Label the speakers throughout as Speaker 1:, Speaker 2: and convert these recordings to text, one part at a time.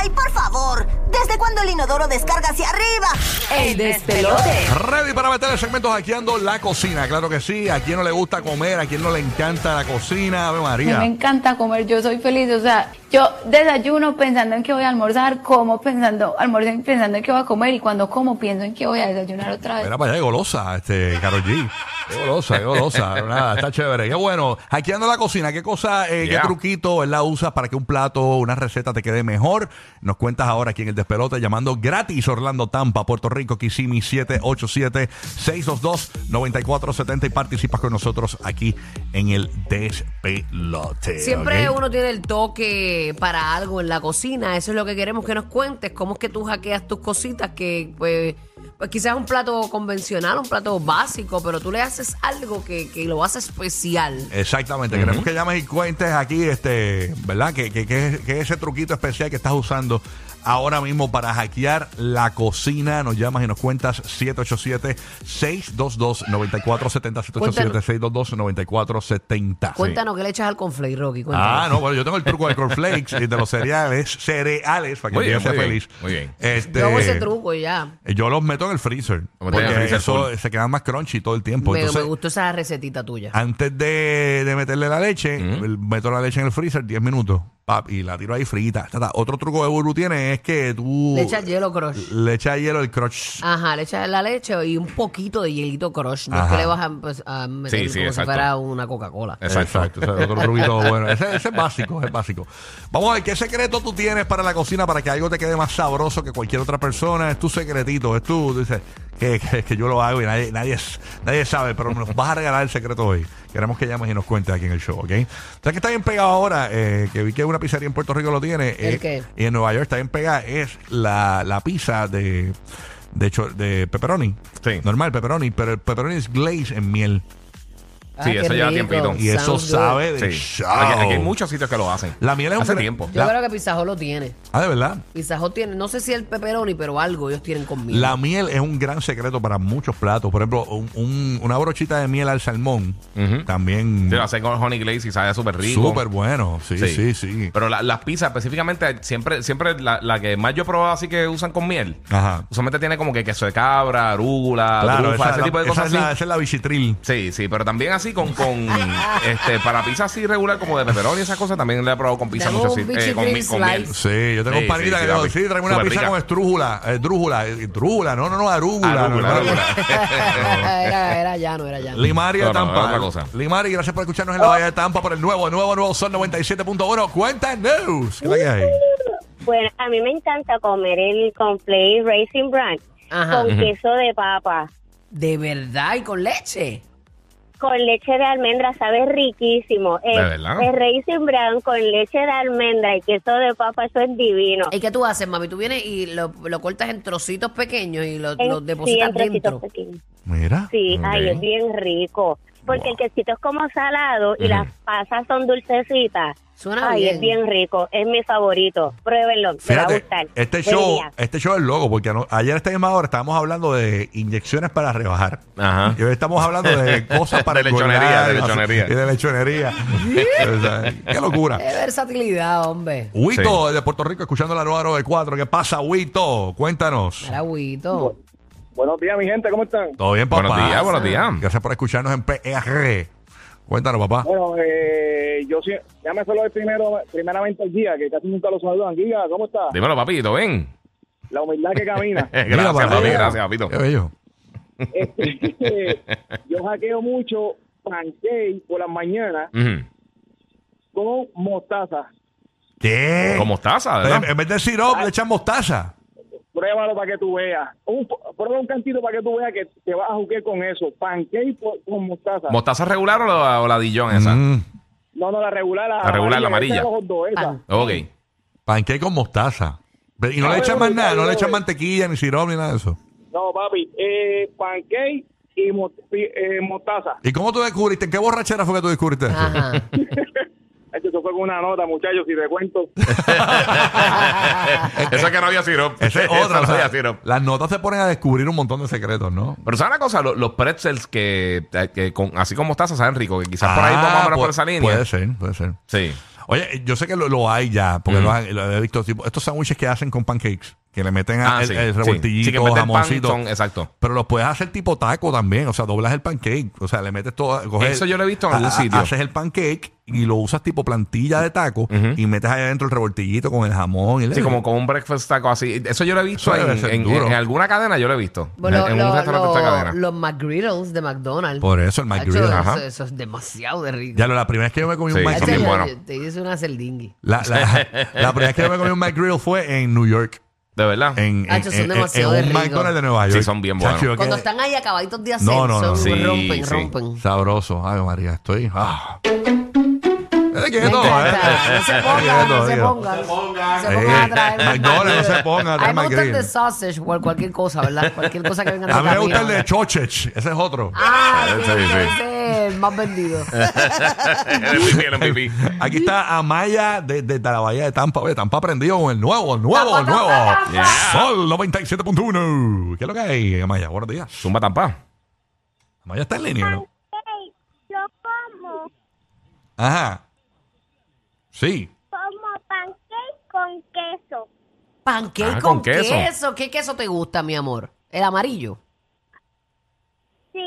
Speaker 1: ¡Ay, por favor! ¿Desde cuándo el inodoro descarga hacia arriba?
Speaker 2: ¡El despelote!
Speaker 3: Ready para meter el segmento hackeando la cocina, claro que sí. A quien no le gusta comer, a quien no le encanta la cocina, Ave
Speaker 4: A mí Me
Speaker 3: María.
Speaker 4: encanta comer, yo soy feliz, o sea, yo desayuno pensando en que voy a almorzar, como pensando, almuerzo pensando en que voy a comer y cuando como pienso en que voy a desayunar otra vez. Oh
Speaker 3: Mira para allá, qué golosa, este, Karol G. Qué golosa, qué golosa. Nada, está chévere. Qué bueno. Hackeando la cocina, qué cosa, eh,
Speaker 5: Yeah.
Speaker 3: qué truquito, ¿verdad? Usas para que un plato, una receta te quede mejor. Nos cuentas ahora aquí en el despelote, llamando gratis Orlando Tampa, Puerto Rico, Kissimmee 787-622-9470 y participas con nosotros aquí en el
Speaker 5: Eh,
Speaker 3: despelote.
Speaker 2: Siempre
Speaker 3: ¿ok?
Speaker 2: uno tiene el toque para algo en la cocina. Eso es lo que queremos que nos cuentes. ¿Cómo es que tú hackeas tus cositas? Que pues, pues quizás un plato convencional, un plato básico, pero tú le haces algo que, que lo hace
Speaker 5: Eh,
Speaker 2: especial.
Speaker 3: Exactamente, queremos que llames y cuentes aquí, este, ¿verdad? Que, que, que es- que es ese truquito especial que estás usando ahora mismo para hackear la cocina. Nos llamas y nos cuentas 787-622-9470. 787-622-9470.
Speaker 2: Cuéntanos qué le echas al conflay, Rocky.
Speaker 3: Ah,
Speaker 2: Cuéntanos.
Speaker 3: no, bueno, yo tengo el truco de cornflakes y de los cereales, cereales, para que
Speaker 5: Muy bien,
Speaker 3: yo sea
Speaker 5: muy bien,
Speaker 3: feliz.
Speaker 5: muy bien.
Speaker 3: Este,
Speaker 2: Yo hago ese truco y ya.
Speaker 3: Yo los meto en el freezer.
Speaker 5: Lo metes en el
Speaker 3: porque
Speaker 5: freezer
Speaker 3: eso
Speaker 5: full.
Speaker 3: se quedan más crunchy todo el
Speaker 5: pues,
Speaker 3: tiempo.
Speaker 2: me,
Speaker 3: Entonces,
Speaker 2: me gustó esa recetita tuya.
Speaker 5: Ah,
Speaker 3: antes de, de meterle la leche, el- meto la leche en el freezer 10 minutos pap, y la tiro ahí frita. Ta, ta. Otro truco de Buru tiene es que tú
Speaker 2: Le echas hielo crush.
Speaker 3: le echas hielo el crotch.
Speaker 2: Ajá, le echas la leche y un poquito de hielito crush. No es
Speaker 3: Ajá.
Speaker 2: que le vas a, pues, a meter
Speaker 5: Sí, sí,
Speaker 2: como si
Speaker 5: exacto. Eh,
Speaker 2: fuera una Coca-Cola.
Speaker 5: Exacto.
Speaker 3: Exacto, ese es otro truquito bueno. Ese, ese es básico, es básico. Vamos a ver, ¿qué secreto tú tienes para la cocina para que algo te quede más sabroso que cualquier otra persona? Es tu secretito, es tú, dices, que, que- que yo lo hago y nadie, nadie, s- nadie sabe, pero nos vas a regalar el secreto hoy. Queremos que llames y nos cuentes aquí en el show, ¿ok? ¿Sabes que está bien pegado ahora? Eh, que vi que una pizzería en Puerto Rico lo tiene.
Speaker 2: ¿El
Speaker 3: eh,
Speaker 2: qué?
Speaker 3: Y en Nueva York está bien pegada, es la, la pizza de... De hecho, de pepperoni.
Speaker 5: Sí.
Speaker 3: Normal, pepperoni. Pero el pepperoni es glaze en miel.
Speaker 5: Sí,
Speaker 2: Ah, qué
Speaker 5: eso lleva
Speaker 2: rico.
Speaker 5: tiempito.
Speaker 3: Y eso
Speaker 2: Sounds good.
Speaker 3: sabe de
Speaker 5: Sí.
Speaker 3: show.
Speaker 5: Aquí, aquí hay muchos sitios que lo hacen.
Speaker 3: La miel es un
Speaker 5: Hace
Speaker 3: gran-
Speaker 5: tiempo.
Speaker 2: Yo
Speaker 3: La-
Speaker 2: creo que Pizajo lo tiene.
Speaker 3: Ah, de verdad.
Speaker 2: Pizajo tiene, no sé si el pepperoni, pero algo ellos tienen conmigo.
Speaker 3: La miel es un gran secreto para muchos platos. Por ejemplo, un- un- una brochita de miel al salmón
Speaker 5: Ujú.
Speaker 3: también
Speaker 5: Te lo hacen con honey glaze y sabe súper rico.
Speaker 3: súper bueno. Sí, sí, sí.
Speaker 5: Pero la- las pizzas específicamente, siempre, siempre la, la que más yo he probado así que usan con miel.
Speaker 3: Ajá.
Speaker 5: Usualmente tiene como que queso de cabra, arúgula,
Speaker 3: claro,
Speaker 5: trufa,
Speaker 3: esa,
Speaker 5: ese
Speaker 3: es
Speaker 5: tipo
Speaker 3: la,
Speaker 5: de
Speaker 3: esa
Speaker 5: cosas
Speaker 3: es
Speaker 5: así.
Speaker 3: la, esa es la bichitril.
Speaker 5: Sí, sí, pero también así con, con este, para pizza así regular como de pepperoni y esas cosas, también la he probado con pizza
Speaker 2: Dame
Speaker 5: mucho
Speaker 2: un
Speaker 5: así, eh,
Speaker 2: bichi
Speaker 5: con, mi-
Speaker 2: green
Speaker 5: con miel.
Speaker 2: slice.
Speaker 3: Sí, yo tengo
Speaker 5: Sí,
Speaker 3: un panita
Speaker 5: sí,
Speaker 3: que
Speaker 5: sí,
Speaker 3: dijo,
Speaker 5: papi.
Speaker 3: sí, tráeme una
Speaker 5: Súper
Speaker 3: pizza
Speaker 5: rica.
Speaker 3: con estrújula, estrújula, estrújula, no, no, no, arúgula.
Speaker 5: Arúgula,
Speaker 3: no, no, no.
Speaker 5: arúgula.
Speaker 2: era, era llano, era llano.
Speaker 3: Limari de
Speaker 5: No, no,
Speaker 3: Tampa.
Speaker 5: es otra cosa.
Speaker 3: Limari, gracias por escucharnos en la Bahía de Tampa por el nuevo, nuevo, nuevo Sol 97.1. Cuéntanos. ¿Qué es la que hay?
Speaker 6: Bueno, a mí me encanta comer el Complay Racing Brand
Speaker 2: Ajá.
Speaker 6: con queso de papa,
Speaker 2: De verdad, y con leche.
Speaker 6: con leche de almendra, sabe riquísimo. El,
Speaker 5: verdad?
Speaker 6: el Racing Brand con leche de almendra y queso de papa, eso es divino.
Speaker 2: ¿Y qué tú haces, mami? Tú vienes y lo, lo cortas en trocitos pequeños y lo,
Speaker 6: En-
Speaker 2: lo
Speaker 6: sí,
Speaker 2: depositas
Speaker 6: en trocitos
Speaker 2: dentro.
Speaker 6: pequeños.
Speaker 3: Mira.
Speaker 6: Sí,
Speaker 5: Ok.
Speaker 6: ay, es bien rico. Porque el quesito es como salado y
Speaker 5: Ujú.
Speaker 6: las pasas son dulcecitas.
Speaker 2: Suena
Speaker 6: ay,
Speaker 2: bien.
Speaker 6: es bien rico. Es mi favorito. Pruébenlo, te va a
Speaker 3: Fíjate,
Speaker 6: gustar.
Speaker 3: este
Speaker 6: Buen
Speaker 3: show,
Speaker 6: día.
Speaker 3: este show es loco, porque ano- ayer a esta misma hora estábamos hablando de inyecciones para rebajar.
Speaker 5: Ajá.
Speaker 3: Y hoy estamos hablando de cosas para
Speaker 5: De lechonería,
Speaker 3: engordar,
Speaker 5: de lechonería.
Speaker 3: Y de lechonería. O sea, Qué locura.
Speaker 2: Es versatilidad, hombre.
Speaker 3: Huito de Puerto Rico escuchando la nueva 94. ¿Qué pasa, Huito? Cuéntanos.
Speaker 2: Maragüito.
Speaker 7: Buenos días, mi gente, ¿cómo están?
Speaker 3: ¿Todo bien, papá?
Speaker 5: Buenos días, buenos días.
Speaker 3: Gracias por escucharnos en PR. Cuéntanos, papá.
Speaker 7: Bueno, eh, yo sí, llámeselo de primero, primeramente al guía, que casi nunca lo saludan. Guía, ¿cómo está?
Speaker 5: Dímelo, papito, ven.
Speaker 7: La humildad que camina.
Speaker 5: Eh,
Speaker 3: Mira
Speaker 5: Gracias,
Speaker 3: para
Speaker 5: papi,
Speaker 3: allá. Eh,
Speaker 5: gracias, papito.
Speaker 3: Qué bello.
Speaker 7: Este, yo hackeo mucho pancake por las mañanas
Speaker 5: Ujú.
Speaker 7: con mostaza.
Speaker 3: ¿Qué?
Speaker 5: Con mostaza,
Speaker 3: En,
Speaker 5: ¿verdad?
Speaker 3: en vez de sirope, le echan mostaza.
Speaker 7: Pruébalo para que tú veas. Un, po- prueba un cantito para que tú veas que te vas a jugar con eso. Pancake por- con mostaza.
Speaker 5: ¿Mostaza regular o la, o la Dijon esa?
Speaker 3: eh, Mm,
Speaker 7: no, no, la regular. La, ¿eh?
Speaker 5: La regular, la amarilla.
Speaker 7: esa de los dos, esa.
Speaker 5: Ok.
Speaker 3: Pancake con mostaza. Pero- Y no
Speaker 5: Ah,
Speaker 3: le
Speaker 7: Ay,
Speaker 3: echan más nada, no le
Speaker 7: ay,
Speaker 3: echan
Speaker 7: ay.
Speaker 3: mantequilla, ni sirope, ni nada de eso.
Speaker 7: No, papi. Eh, pancake y mo- pi- eh, mostaza.
Speaker 3: ¿Y cómo tú descubriste? ¿En qué borrachera fue que tú descubriste eso?
Speaker 2: Ajá.
Speaker 7: Esto fue con una nota, muchachos, si te cuento.
Speaker 5: Esa que no había sirope.
Speaker 3: Esa es otra.
Speaker 5: no
Speaker 3: o sea,
Speaker 5: había sirope.
Speaker 3: las notas se ponen a descubrir un montón de secretos, ¿no?
Speaker 5: Pero ¿sabes una cosa? Lo- Los, pretzels que, que con, así como mostaza saben rico, que quizás por ahí
Speaker 3: Ah,
Speaker 5: vamos a hablar por
Speaker 3: puede-
Speaker 5: esa línea.
Speaker 3: Puede ser, puede ser.
Speaker 5: Sí.
Speaker 3: Oye, yo sé que lo, lo hay ya, porque
Speaker 5: Mm.
Speaker 3: lo, han- lo he visto. tipo, estos sándwiches que hacen con pancakes, que le meten a-
Speaker 5: Ah,
Speaker 3: el,
Speaker 5: sí.
Speaker 3: el
Speaker 5: sí.
Speaker 3: revoltillito,
Speaker 5: Sí, que en vez del pan
Speaker 3: jamoncito.
Speaker 5: son- exacto.
Speaker 3: Pero los puedes hacer tipo taco también, o sea, doblas el pancake, o sea, le metes todo. coges-
Speaker 5: Eso yo lo he visto en algún
Speaker 3: ha- ha-
Speaker 5: sitio.
Speaker 3: Haces el pancake y lo usas tipo plantilla de taco y metes ahí adentro el revoltillito con el jamón. Y
Speaker 5: Sí, como, como un breakfast taco así. Eso yo lo he visto
Speaker 3: Eso debe
Speaker 5: en,
Speaker 3: ser
Speaker 5: en-
Speaker 3: duro.
Speaker 5: en alguna cadena, yo lo he visto.
Speaker 2: Bueno,
Speaker 5: en en
Speaker 2: lo-
Speaker 5: un restaurante de esta
Speaker 2: lo-
Speaker 5: cadena.
Speaker 2: Los McGriddles de McDonald's.
Speaker 3: Por eso el
Speaker 2: Hacho,
Speaker 3: McGriddle.
Speaker 2: Eso,
Speaker 3: Ajá.
Speaker 2: eso es demasiado de rico.
Speaker 3: Ya lo, la primera vez que yo me comí
Speaker 5: Sí,
Speaker 3: un
Speaker 5: son
Speaker 2: Hacho,
Speaker 3: McGrill.
Speaker 2: yo-
Speaker 5: bien buenos.
Speaker 2: yo- Te hice una celdingui.
Speaker 3: La, la- la primera vez que yo me comí un McGrill fue en New York.
Speaker 5: De verdad.
Speaker 3: En, en,
Speaker 2: Ah, son
Speaker 3: en- en-
Speaker 2: demasiado
Speaker 3: en un
Speaker 2: ricos.
Speaker 3: McDonald's de Nueva York.
Speaker 5: Sí, son bien
Speaker 3: Chacho,
Speaker 5: buenos.
Speaker 3: yo
Speaker 2: Cuando
Speaker 3: quedé
Speaker 2: están ahí acabaditos de hacer,
Speaker 3: No, no, no.
Speaker 2: son-
Speaker 5: Sí,
Speaker 2: rompen,
Speaker 5: sí.
Speaker 2: rompen.
Speaker 3: Sabroso. Ay, María, estoy. Ah. Es
Speaker 2: Me
Speaker 3: quieto,
Speaker 2: encanta.
Speaker 3: eh.
Speaker 2: No se
Speaker 3: Es
Speaker 2: pongan,
Speaker 3: quieto,
Speaker 2: no se
Speaker 3: digo.
Speaker 2: pongan. No se
Speaker 3: Eh,
Speaker 2: pongan a traer un
Speaker 3: McDonald's, no se pongan a traer
Speaker 2: A mí me gusta el de
Speaker 3: McGrill.
Speaker 2: sausage o cualquier cosa, ¿verdad? Cualquier cosa que venga en
Speaker 3: A mí me
Speaker 2: camino.
Speaker 3: gusta el de Chochech. Ese es otro.
Speaker 2: Ah,
Speaker 5: Sí,
Speaker 2: sí,
Speaker 5: sí.
Speaker 2: ese es el más vendido.
Speaker 5: el MVP, el MVP.
Speaker 3: Aquí está Amaya de, de Tarabaya de Tampa. Oye, Tampa aprendió con el nuevo, el nuevo, el
Speaker 2: Tampa,
Speaker 3: nuevo.
Speaker 2: Tampa,
Speaker 5: Yeah.
Speaker 3: Sol 97.1. ¿Qué es lo que hay, Amaya? Buenos días.
Speaker 5: Zumba tampa.
Speaker 3: Amaya está en línea, ¿no?
Speaker 6: Yo como,
Speaker 3: Ajá. Sí.
Speaker 6: como pancake con queso.
Speaker 2: Pancake
Speaker 5: Ah,
Speaker 2: con,
Speaker 5: con queso.
Speaker 2: queso. ¿Qué queso te gusta, mi amor? El amarillo.
Speaker 6: Sí,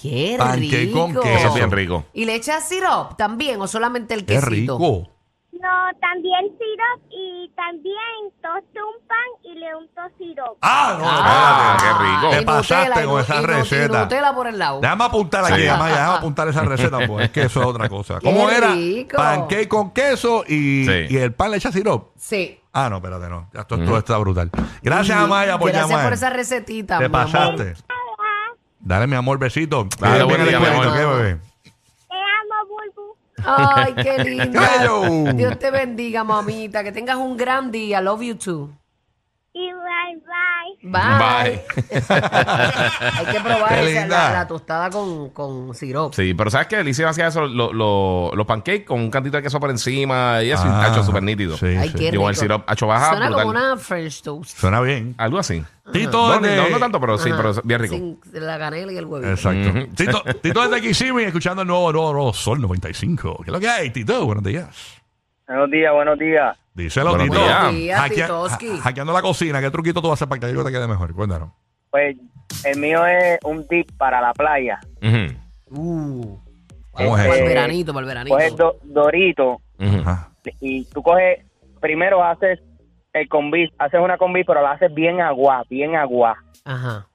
Speaker 2: Qué
Speaker 3: Pancake
Speaker 2: rico.
Speaker 3: con queso.
Speaker 5: Eso es bien rico.
Speaker 2: ¿Y le echas sirop también o solamente el
Speaker 3: Qué
Speaker 2: quesito?
Speaker 3: rico.
Speaker 6: no, también sirop y también tosto un pan y le unto sirop.
Speaker 3: Ah, no,
Speaker 5: Ah,
Speaker 3: espérate.
Speaker 5: qué rico.
Speaker 3: Te
Speaker 2: y
Speaker 3: pasaste
Speaker 2: Nutella, y
Speaker 3: con
Speaker 2: nu-
Speaker 3: esa
Speaker 2: y nu-
Speaker 3: receta.
Speaker 2: Y Nutella por el lado.
Speaker 3: Déjame apuntar aquí,
Speaker 5: Sí.
Speaker 3: Amaya. Déjame apuntar esa receta, pues. Es que eso es otra cosa. ¿Cómo
Speaker 2: Qué
Speaker 3: era?
Speaker 2: rico.
Speaker 3: Pancake con queso y,
Speaker 5: Sí.
Speaker 3: y el pan le echa sirop.
Speaker 2: Sí.
Speaker 3: Ah, no, espérate, no. Ya esto, esto está brutal. Gracias, Amaya, por
Speaker 2: Gracias
Speaker 3: llamar.
Speaker 2: por esa recetita.
Speaker 3: Te
Speaker 2: mi amor.
Speaker 3: pasaste. Dale, mi amor, besito.
Speaker 5: Dale,
Speaker 3: Bien,
Speaker 5: buen
Speaker 3: bien,
Speaker 5: día,
Speaker 3: bien,
Speaker 5: mi amor.
Speaker 3: ¿qué, bebé?
Speaker 6: Te amo, Bulbu.
Speaker 2: Ay, qué lindo.
Speaker 3: Bello.
Speaker 2: Dios te bendiga, mamita. Que tengas un gran día. Love you too.
Speaker 6: Y bye, bye.
Speaker 2: Bye.
Speaker 5: Bye.
Speaker 2: Hay que probar
Speaker 3: Qué
Speaker 2: esa,
Speaker 3: linda.
Speaker 2: la, la tostada con, con sirope.
Speaker 5: Sí, pero ¿sabes qué? Alicia hacía eso, lo- lo- los pancakes con un cantito de queso por encima y eso, y
Speaker 3: Ah,
Speaker 5: ha hecho súper nítido.
Speaker 3: sí,
Speaker 2: Ay,
Speaker 3: sí.
Speaker 2: qué
Speaker 5: Y con el
Speaker 2: rico.
Speaker 5: sirop, ha hecho baja
Speaker 2: Suena
Speaker 5: brutal.
Speaker 2: como una French toast.
Speaker 3: Suena bien.
Speaker 5: Algo así.
Speaker 3: Tito
Speaker 5: No, ni-
Speaker 3: desde...
Speaker 5: no, no tanto, pero sí,
Speaker 2: Ajá.
Speaker 5: pero es bien rico.
Speaker 2: Sin la canela y el huevito.
Speaker 3: Exacto.
Speaker 5: Ujú.
Speaker 3: Tito, Tito desde Kissimmee, escuchando el nuevo, nuevo, nuevo Sol 95. ¿Qué es lo que hay, Tito? Buenos días.
Speaker 7: Buenos días, buenos días.
Speaker 3: Díselo,
Speaker 5: Buenos
Speaker 3: Tito.
Speaker 5: días.
Speaker 2: Buenos días,
Speaker 3: Hackea-
Speaker 2: Titoski.
Speaker 3: ha- hackeando la cocina, ¿qué truquito tú vas a hacer para que algo te quede mejor? Cuéntanos.
Speaker 7: Pues el mío es un tip para la playa.
Speaker 5: Ujú,
Speaker 2: Uh.
Speaker 3: ¿Cómo es
Speaker 2: para el
Speaker 3: eso?
Speaker 2: veranito, para el veranito.
Speaker 7: Coges Pues, do- dorito
Speaker 5: ujú.
Speaker 3: Ajá.
Speaker 7: y tú coges, primero haces el combi, haces una combi, pero la haces bien agua, bien agua,
Speaker 2: Ajá.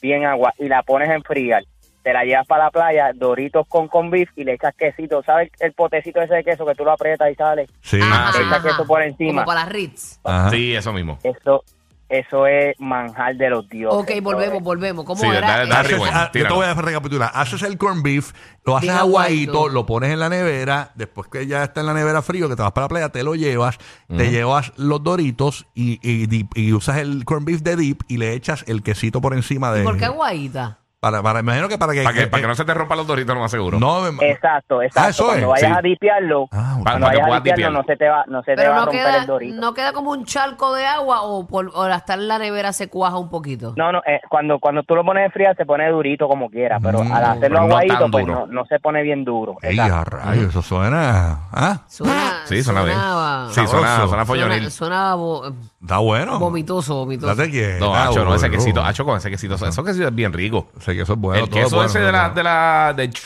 Speaker 7: bien agua y la pones a enfriar. Te la llevas para la playa, doritos con conbif y le echas quesito. ¿Sabes el potecito ese de queso que tú lo aprietas y sale?
Speaker 3: Sí.
Speaker 5: Ah, sí.
Speaker 7: Le echas queso por encima.
Speaker 2: Como para las Ritz.
Speaker 3: Ajá. Eh,
Speaker 5: Sí, eso mismo.
Speaker 7: Eso eso es manjar de los dioses.
Speaker 2: Ok, volvemos, volvemos. ¿Cómo
Speaker 5: Sí,
Speaker 2: era? Eh,
Speaker 5: dale, dale,
Speaker 3: Haces-
Speaker 5: Harry, bueno,
Speaker 3: ah, yo te
Speaker 5: tíralo.
Speaker 3: voy a recapitular. Haces el corn beef, lo haces
Speaker 2: Bien
Speaker 3: aguadito,
Speaker 2: aguadito.
Speaker 3: lo pones en la nevera. Después que ya está en la nevera frío, que te vas para la playa, te lo llevas, te llevas los doritos y, y dip- y usas el corn beef de dip y le echas el quesito por encima de.
Speaker 2: ¿Y por qué guaita?
Speaker 3: Para, para, imagino que para que.
Speaker 5: Para que, para que no se te rompan los doritos, no más seguro.
Speaker 3: eh, No, me-
Speaker 7: Exacto, exacto.
Speaker 3: Ah, eso
Speaker 7: Cuando
Speaker 3: es,
Speaker 7: vayas
Speaker 3: sí.
Speaker 7: a dipearlo,
Speaker 3: Ah, bueno.
Speaker 5: Pa-
Speaker 7: cuando
Speaker 5: para que
Speaker 7: vayas a
Speaker 5: puedas
Speaker 7: dipearlo
Speaker 5: dipearlo.
Speaker 7: no se te va, no se te
Speaker 2: Pero
Speaker 7: va a
Speaker 2: no
Speaker 7: romper
Speaker 2: queda,
Speaker 7: el dorito.
Speaker 2: no queda como un charco de agua o, por, o hasta en la nevera se cuaja un poquito.
Speaker 7: No, no, eh, cuando, cuando tú lo pones en fría se pone durito como quiera, pero
Speaker 3: Mm,
Speaker 7: al hacerlo
Speaker 5: pero no tan
Speaker 7: aguadito, pues
Speaker 5: duro.
Speaker 7: no, no se pone bien duro.
Speaker 3: Ey,
Speaker 7: Exacto.
Speaker 3: a rayos, eso suena. ¿Ah?
Speaker 2: Suena,
Speaker 5: Sí, suena bien.
Speaker 2: sonaba-
Speaker 5: Sí, suena,
Speaker 3: Sabroso.
Speaker 5: suena
Speaker 2: suena,
Speaker 5: follonil.
Speaker 2: suena vo-
Speaker 3: Está bueno.
Speaker 2: vomitoso, vomitoso.
Speaker 3: Date quieta,
Speaker 5: No, hacho, no, ese
Speaker 3: boludo.
Speaker 5: quesito, hacho con ese quesito, eso, eso quesito es bien rico.
Speaker 3: Ese Ese queso es bueno.
Speaker 5: el
Speaker 3: todo es
Speaker 5: queso
Speaker 3: bueno,
Speaker 5: ese
Speaker 3: todo
Speaker 5: de
Speaker 3: es
Speaker 5: la,
Speaker 3: bueno.
Speaker 5: de la, de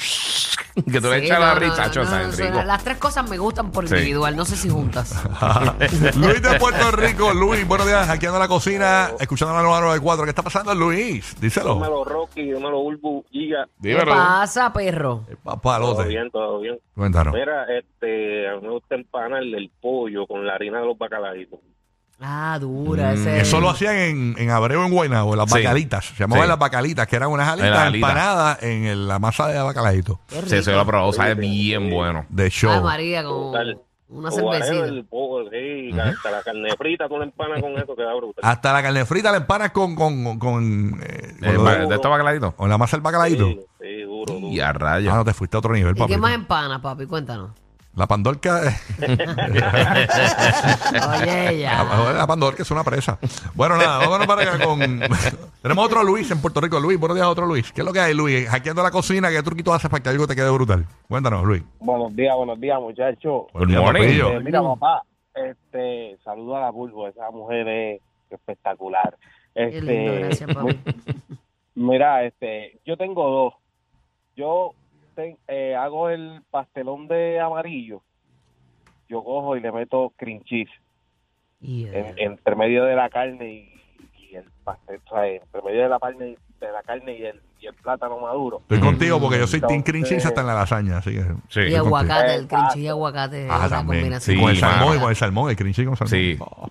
Speaker 5: que tú le
Speaker 2: Sí,
Speaker 5: echas a
Speaker 2: no,
Speaker 5: la
Speaker 2: no,
Speaker 5: brita,
Speaker 2: no,
Speaker 5: chacho,
Speaker 2: no,
Speaker 5: sabe
Speaker 2: no,
Speaker 5: rico.
Speaker 2: suena- Las tres cosas me gustan por
Speaker 5: Sí.
Speaker 2: individual, no sé si juntas.
Speaker 3: Luis de Puerto Rico, Luis, buenos días. Aquí ando en la cocina, escuchando la nueva 94. ¿Qué está pasando, Luis? Díselo.
Speaker 8: Dímelo, Rocky, dímelo, Ulbu, Giga.
Speaker 2: ¿Qué
Speaker 5: Dímelo.
Speaker 2: pasa, perro?
Speaker 3: El
Speaker 8: Todo
Speaker 3: Papalote.
Speaker 8: bien, todo bien.
Speaker 3: Cuéntanos.
Speaker 8: Mira, este, a mí me gusta empanar el pollo con la harina de los bacalaitos.
Speaker 2: Ah,
Speaker 5: Mm,
Speaker 2: dura. ese
Speaker 3: Eso lo hacían en, en Abreu, en Guaynabo, en las
Speaker 5: Sí.
Speaker 3: bacalitas. Se llamaban
Speaker 5: Sí.
Speaker 3: las bacalitas, que eran unas alitas
Speaker 5: Las alitas.
Speaker 3: empanadas en el- la masa de bacalaito.
Speaker 2: Qué rico.
Speaker 5: Sí, se lo he probado, sabe bien bueno.
Speaker 3: De show.
Speaker 2: Ay, María, con
Speaker 8: Total.
Speaker 2: una
Speaker 8: O whatever,
Speaker 2: cervecita.
Speaker 8: el pollo, sí, hasta la carne frita con la empana con eso queda brutal.
Speaker 3: Hasta la carne frita la empanas con, con, con, eh, con
Speaker 5: Eh,
Speaker 3: lo
Speaker 5: ba-
Speaker 3: de-
Speaker 5: ¿De estos bacaladitos?
Speaker 3: con la masa del bacalaito.
Speaker 8: sí, sí, duro, duro.
Speaker 5: Y a
Speaker 3: Ah,
Speaker 5: rayos.
Speaker 3: no, te fuiste a otro nivel,
Speaker 2: ¿Y
Speaker 3: papi.
Speaker 2: qué más em- empana, papi? Cuéntanos.
Speaker 3: La pandorca.
Speaker 2: Oye,
Speaker 5: Ah,
Speaker 3: la,
Speaker 2: ya.
Speaker 3: la pandorca es una presa. Bueno, nada, vámonos para acá con. Tenemos otro Luis en Puerto Rico. Luis, buenos días, otro Luis. ¿Qué es lo que hay, Luis? Hackeando la cocina, ¿qué truquito haces para que algo te quede brutal? Cuéntanos, Luis.
Speaker 7: Buenos días, buenos días, muchachos.
Speaker 5: Good
Speaker 3: Ya,
Speaker 5: morning.
Speaker 3: papillo.
Speaker 7: Eh, mira, papá, este, saludo a la Bulbo, esa mujer es espectacular.
Speaker 2: Qué lindo,
Speaker 7: Este,
Speaker 2: gracias, papi.
Speaker 7: mira, este, yo tengo dos. Yo ten- eh, hago el pastelón de amarillo. Yo cojo y le meto cream cheese
Speaker 2: Yeah.
Speaker 6: Eh,
Speaker 7: en- entre medio de la carne y, y el pastel, o sea, entre medio de la carne, y- de la carne y el, y el plátano maduro.
Speaker 3: Estoy
Speaker 5: Mm.
Speaker 3: contigo porque yo soy Team
Speaker 7: Entonces-
Speaker 3: Cream Cheese hasta en la lasaña, así que.
Speaker 5: Sí.
Speaker 2: Y aguacate, el cream cheese y
Speaker 7: Exacto.
Speaker 2: aguacate es
Speaker 3: Ah,
Speaker 2: una
Speaker 3: también.
Speaker 2: combinación.
Speaker 5: Sí,
Speaker 3: con el
Speaker 5: mano.
Speaker 3: salmón, y con el salmón, el cream cheese con salmón.
Speaker 5: Sí.
Speaker 3: Oh,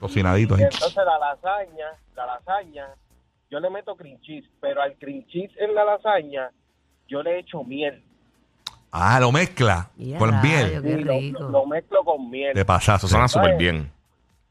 Speaker 3: cocinadito ¿eh? ahí.
Speaker 7: Entonces la lasaña, la lasaña, yo le meto cream cheese, pero al cream cheese en la lasaña yo le echo miel.
Speaker 3: Ah, lo mezcla
Speaker 2: Y a
Speaker 3: con
Speaker 2: rayos,
Speaker 3: miel.
Speaker 2: Qué
Speaker 7: Y lo-
Speaker 2: rico.
Speaker 7: Lo, mezclo con miel.
Speaker 3: De
Speaker 5: Eso
Speaker 3: pasazo.
Speaker 5: suena
Speaker 3: Sí,
Speaker 5: súper bien.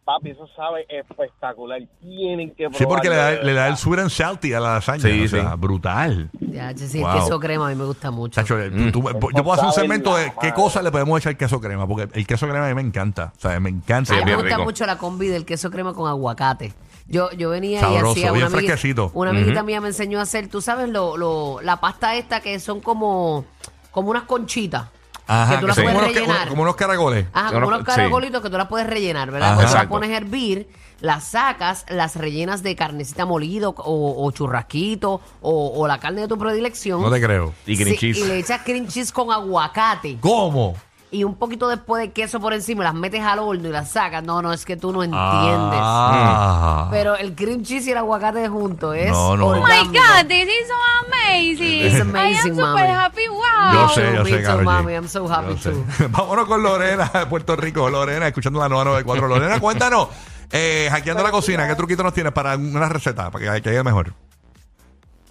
Speaker 7: Papi, eso sabe espectacular. Tienen que probarlo.
Speaker 3: Sí, porque le da,
Speaker 7: de
Speaker 3: le da el
Speaker 7: verdad.
Speaker 3: sweet and salty a la lasaña.
Speaker 5: Sí,
Speaker 3: o sea,
Speaker 5: sí.
Speaker 3: brutal.
Speaker 2: Ya, che, sí,
Speaker 3: Wow.
Speaker 2: el queso crema a mí me gusta mucho.
Speaker 3: Chacho, eh,
Speaker 5: Mm.
Speaker 3: tú- tú- yo puedo hacer un
Speaker 7: sabe
Speaker 3: segmento
Speaker 7: la
Speaker 3: de qué
Speaker 7: madre.
Speaker 3: cosas le podemos echar queso crema, porque el queso crema a mí me encanta. O sea, me encanta.
Speaker 2: a mí me
Speaker 5: bien
Speaker 2: gusta
Speaker 5: rico.
Speaker 2: mucho la combi del queso crema con aguacate. Yo, yo venía
Speaker 3: Sabroso,
Speaker 2: y hacía una
Speaker 3: bien
Speaker 2: amiguita,
Speaker 3: fresquecito.
Speaker 2: una amiguita
Speaker 5: Ujú.
Speaker 2: mía me enseñó a hacer, tú sabes, lo, lo, la pasta esta que son como, como unas conchitas.
Speaker 3: Ajá,
Speaker 2: que tú
Speaker 3: que
Speaker 2: la
Speaker 3: son
Speaker 2: puedes
Speaker 3: como unos,
Speaker 2: rellenar. Ah,
Speaker 3: como unos caracoles.
Speaker 2: Ajá, como
Speaker 5: Ahora,
Speaker 2: unos
Speaker 5: sí.
Speaker 2: caracolitos que tú las puedes rellenar, ¿verdad?
Speaker 3: Ajá.
Speaker 2: Cuando las
Speaker 5: Exacto.
Speaker 2: pones a hervir, las sacas, las rellenas de carnecita molido o, o churrasquito o, o la carne de tu predilección.
Speaker 3: No te creo.
Speaker 5: Y cream
Speaker 2: Sí,
Speaker 5: cheese.
Speaker 2: y le echas cream cheese con aguacate
Speaker 3: ¿Cómo?
Speaker 2: y un poquito después de queso por encima, las metes al horno y las sacas. No, no, es que tú no entiendes.
Speaker 3: Ah.
Speaker 2: Pero el cream cheese y el aguacate juntos es.
Speaker 3: No, no.
Speaker 4: Oh my
Speaker 2: orgánico.
Speaker 4: God, this is so amazing.
Speaker 2: It's
Speaker 4: I am
Speaker 2: amazing,
Speaker 4: super
Speaker 2: mami.
Speaker 4: happy. Wow.
Speaker 3: Yo
Speaker 2: Me
Speaker 3: sé,
Speaker 2: too,
Speaker 3: yo
Speaker 2: me
Speaker 3: sé,
Speaker 2: too,
Speaker 3: Karol G.
Speaker 2: mami, I'm so happy
Speaker 3: Yo sé.
Speaker 2: too.
Speaker 3: Vámonos con Lorena de Puerto Rico. Lorena, escuchando la 994. Lorena, cuéntanos, eh, hackeando la cocina, ¿qué truquito nos tienes para una receta, para que quede mejor?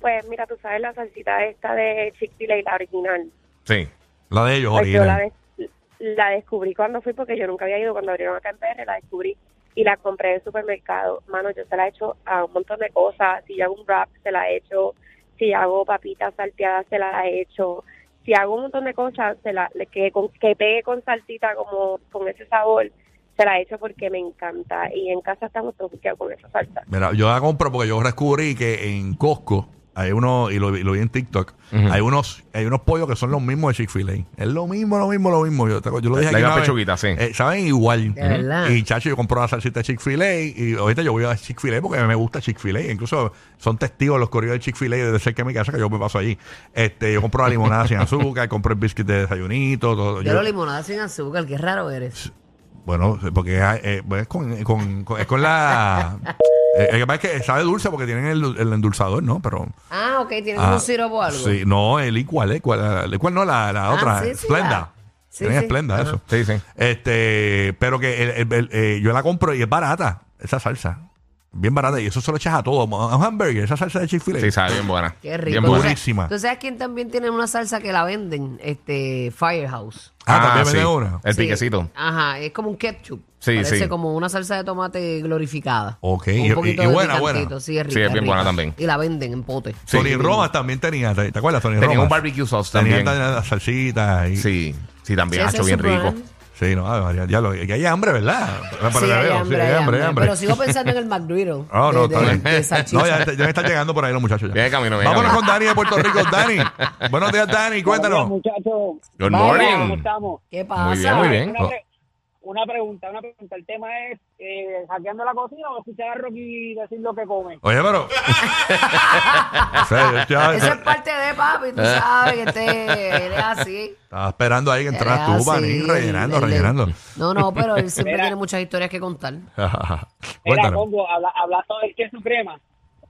Speaker 6: Pues mira, tú sabes la salsita esta de Chick-fil-A, la original.
Speaker 5: Sí.
Speaker 3: La de ellos,
Speaker 6: Pues yo la,
Speaker 3: original.
Speaker 6: des- la descubrí cuando fui, porque yo nunca había ido. Cuando abrieron acá en PR, la descubrí y la compré en el supermercado. Mano, yo se la he hecho a un montón de cosas. Si yo hago un wrap, se la he hecho. Si hago papitas salteadas, se la he hecho. Si hago un montón de cosas se la, le- que, con- que pegue con salsita, como con ese sabor, se la he hecho porque me encanta. Y en casa estamos todos piqueados con esa salsa.
Speaker 3: Mira, yo la compro porque yo descubrí que en Costco hay uno, y lo, y lo vi en TikTok,
Speaker 5: Ujú.
Speaker 3: hay unos hay unos pollos que son los mismos de Chick-fil-A. Es lo mismo, lo mismo, lo mismo. Yo, te- yo lo
Speaker 5: La-
Speaker 3: dije
Speaker 5: la
Speaker 3: aquí una vez.
Speaker 5: pechuguita, sí.
Speaker 3: Eh, Saben igual.
Speaker 2: De verdad.
Speaker 3: Y chacho, yo compro la salsita de Chick-fil-A y ahorita yo voy a Chick-fil-A porque me gusta Chick-fil-A. Incluso son testigos los corridos de Chick-fil-A desde cerca de mi casa que yo me paso allí. Este, yo compro la limonada sin azúcar, compro el biscuit de desayunito, todo.
Speaker 2: Yo
Speaker 3: Yo-
Speaker 2: la limonada sin azúcar, qué raro eres.
Speaker 3: bueno, porque eh, pues, es, con, con- con- es con la. eh, El que pasa es que sabe dulce porque tienen el, el endulzador, ¿no? Pero.
Speaker 2: Ah, ok, tienes
Speaker 3: ah,
Speaker 2: un siropo o algo.
Speaker 3: Sí, no, el igual, el igual, no, la, la
Speaker 2: Ah,
Speaker 3: otra,
Speaker 2: sí, sí,
Speaker 3: Splenda.
Speaker 2: la- sí,
Speaker 3: tienen
Speaker 2: sí.
Speaker 3: Splenda,
Speaker 2: Ajá.
Speaker 3: eso.
Speaker 5: Sí, sí.
Speaker 3: Este, pero que el- el- el- eh, yo la compro y es barata, esa salsa. Bien barata, y eso se lo echas a todo. A un hamburger, esa salsa de Chick-fil-A.
Speaker 5: Sí, sabe bien buena.
Speaker 2: Qué rico.
Speaker 5: Bien
Speaker 2: ¿Tú sabes-
Speaker 5: buena.
Speaker 3: Buenísima.
Speaker 2: ¿Tú sabes quién también tiene una salsa que la venden? Este, Firehouse.
Speaker 3: Ah, también
Speaker 5: sí.
Speaker 3: venden una.
Speaker 5: El
Speaker 2: Sí.
Speaker 5: piquecito.
Speaker 2: Ajá, es como un ketchup.
Speaker 5: Sí,
Speaker 2: Parece
Speaker 5: sí.
Speaker 2: como una salsa de tomate glorificada.
Speaker 3: Ok,
Speaker 2: Con
Speaker 3: y-
Speaker 2: un poquito
Speaker 3: y- y
Speaker 2: de
Speaker 3: buena,
Speaker 2: picantito.
Speaker 3: buena.
Speaker 2: Sí, es rica,
Speaker 5: Sí, es
Speaker 2: es
Speaker 5: bien buena
Speaker 2: rica.
Speaker 5: también.
Speaker 2: Y la venden en pote.
Speaker 5: Sí.
Speaker 3: Tony Romas también tenía, ¿te te acuerdas, Tony
Speaker 5: Tenía
Speaker 3: Romas?
Speaker 5: un barbecue sauce
Speaker 3: Tenía
Speaker 5: también.
Speaker 3: la- la salsita y.
Speaker 5: Sí. Sí,
Speaker 2: Sí,
Speaker 5: también ha
Speaker 2: ese
Speaker 5: hecho
Speaker 2: es
Speaker 5: bien
Speaker 2: súper
Speaker 5: rico.
Speaker 2: bueno.
Speaker 3: Sí, no, Ave María, ya lo, que hay hambre, ¿verdad? Pero
Speaker 2: Sí,
Speaker 3: te
Speaker 2: hay
Speaker 3: veo,
Speaker 2: hambre, hay hambre, Pero sigo pensando en el McGriddle.
Speaker 3: Ah, no,
Speaker 2: de,
Speaker 3: está
Speaker 2: de-
Speaker 3: bien.
Speaker 2: de salchicha.
Speaker 3: No, ya, ya me están llegando por ahí los muchachos. Ya.
Speaker 5: Viene camino, viene
Speaker 3: Vámonos
Speaker 5: camino.
Speaker 3: con Dani de Puerto Rico. Dani, buenos días, Dani, cuéntanos.
Speaker 7: Muchachos,
Speaker 5: Good
Speaker 7: Vaya,
Speaker 5: morning.
Speaker 7: ¿cómo estamos?
Speaker 2: ¿Qué pasa?
Speaker 3: Oh.
Speaker 5: Muy bien, muy bien.
Speaker 7: Una, pre-
Speaker 9: Una pregunta, una pregunta. El tema es, eh, ¿hackeando la cocina o escuchar a Rocky decir lo que come?
Speaker 3: Oye, pero. O sea, yo
Speaker 2: Eso es
Speaker 3: ya-
Speaker 2: parte de papi, tú sabes que este, eres así.
Speaker 3: Estaba esperando ahí que entras
Speaker 2: Era
Speaker 3: tú, para
Speaker 2: así,
Speaker 3: ir rellenando,
Speaker 2: el de-
Speaker 3: rellenando.
Speaker 2: No, no, pero él siempre
Speaker 9: Mira.
Speaker 2: tiene muchas historias que contar.
Speaker 9: Era
Speaker 3: Cuéntanos.
Speaker 9: Congo, habla, hablando del queso crema.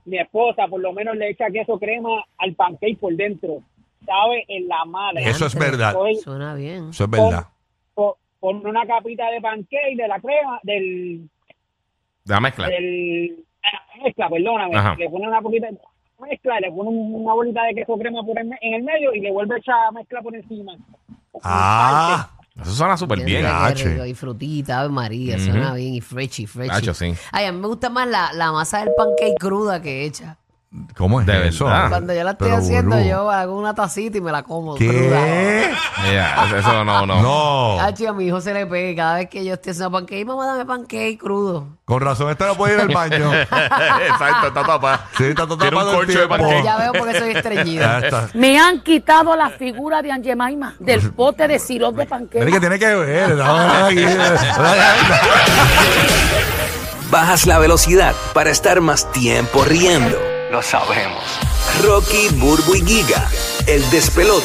Speaker 9: Mi esposa por lo menos le echa queso crema al pancake por dentro. Sabe en la madre.
Speaker 3: Eso es verdad.
Speaker 9: Coge-
Speaker 2: Suena bien.
Speaker 3: Eso es verdad.
Speaker 9: co- con una capita de pancake de la crema, del,
Speaker 5: La mezcla.
Speaker 2: Eh,
Speaker 9: del ah, mezcla, perdóname,
Speaker 5: Ajá.
Speaker 9: le pone una poquita de mezcla, le pone un- una bolita de queso crema por el me- en el medio y le vuelve a echar mezcla por encima.
Speaker 3: Ah,
Speaker 5: Eso suena súper
Speaker 2: Tiene
Speaker 5: bien.
Speaker 2: que
Speaker 3: gache.
Speaker 2: ser rico, Y frutita, Ave María,
Speaker 5: Ujú.
Speaker 2: suena bien. Y freshy, freshy.
Speaker 5: Gacho, sí.
Speaker 2: Ay, a mí me gusta más la, la masa del pancake cruda que hecha.
Speaker 3: ¿cómo es
Speaker 5: De
Speaker 3: eso?
Speaker 5: verdad.
Speaker 2: Cuando yo la estoy
Speaker 3: Pero,
Speaker 2: haciendo,
Speaker 3: boludo.
Speaker 2: yo hago una tacita y me la como cruda.
Speaker 3: ¿Qué?
Speaker 5: Ya, eso no, no.
Speaker 3: No.
Speaker 2: Hacho, Ah, a mi hijo se le pega cada vez que yo estoy haciendo pancake. Mamá, dame pancake crudo.
Speaker 3: Con razón, esta no puede ir al baño.
Speaker 5: Exacto, está tapada.
Speaker 3: Sí, está todo
Speaker 5: Tiene un
Speaker 3: tapado el
Speaker 5: corcho de
Speaker 3: tiempo.
Speaker 5: pancake.
Speaker 2: Ya veo por qué soy
Speaker 3: Ya
Speaker 2: estreñida.
Speaker 3: está.
Speaker 10: Me han quitado la figura de Angemaima del pote de silos de panqueque.
Speaker 3: Tiene que tiene que ver. estamos aquí.
Speaker 11: Bajas la velocidad para estar más tiempo riendo. Lo sabemos. Rocky, Burbu y Giga, el despelote.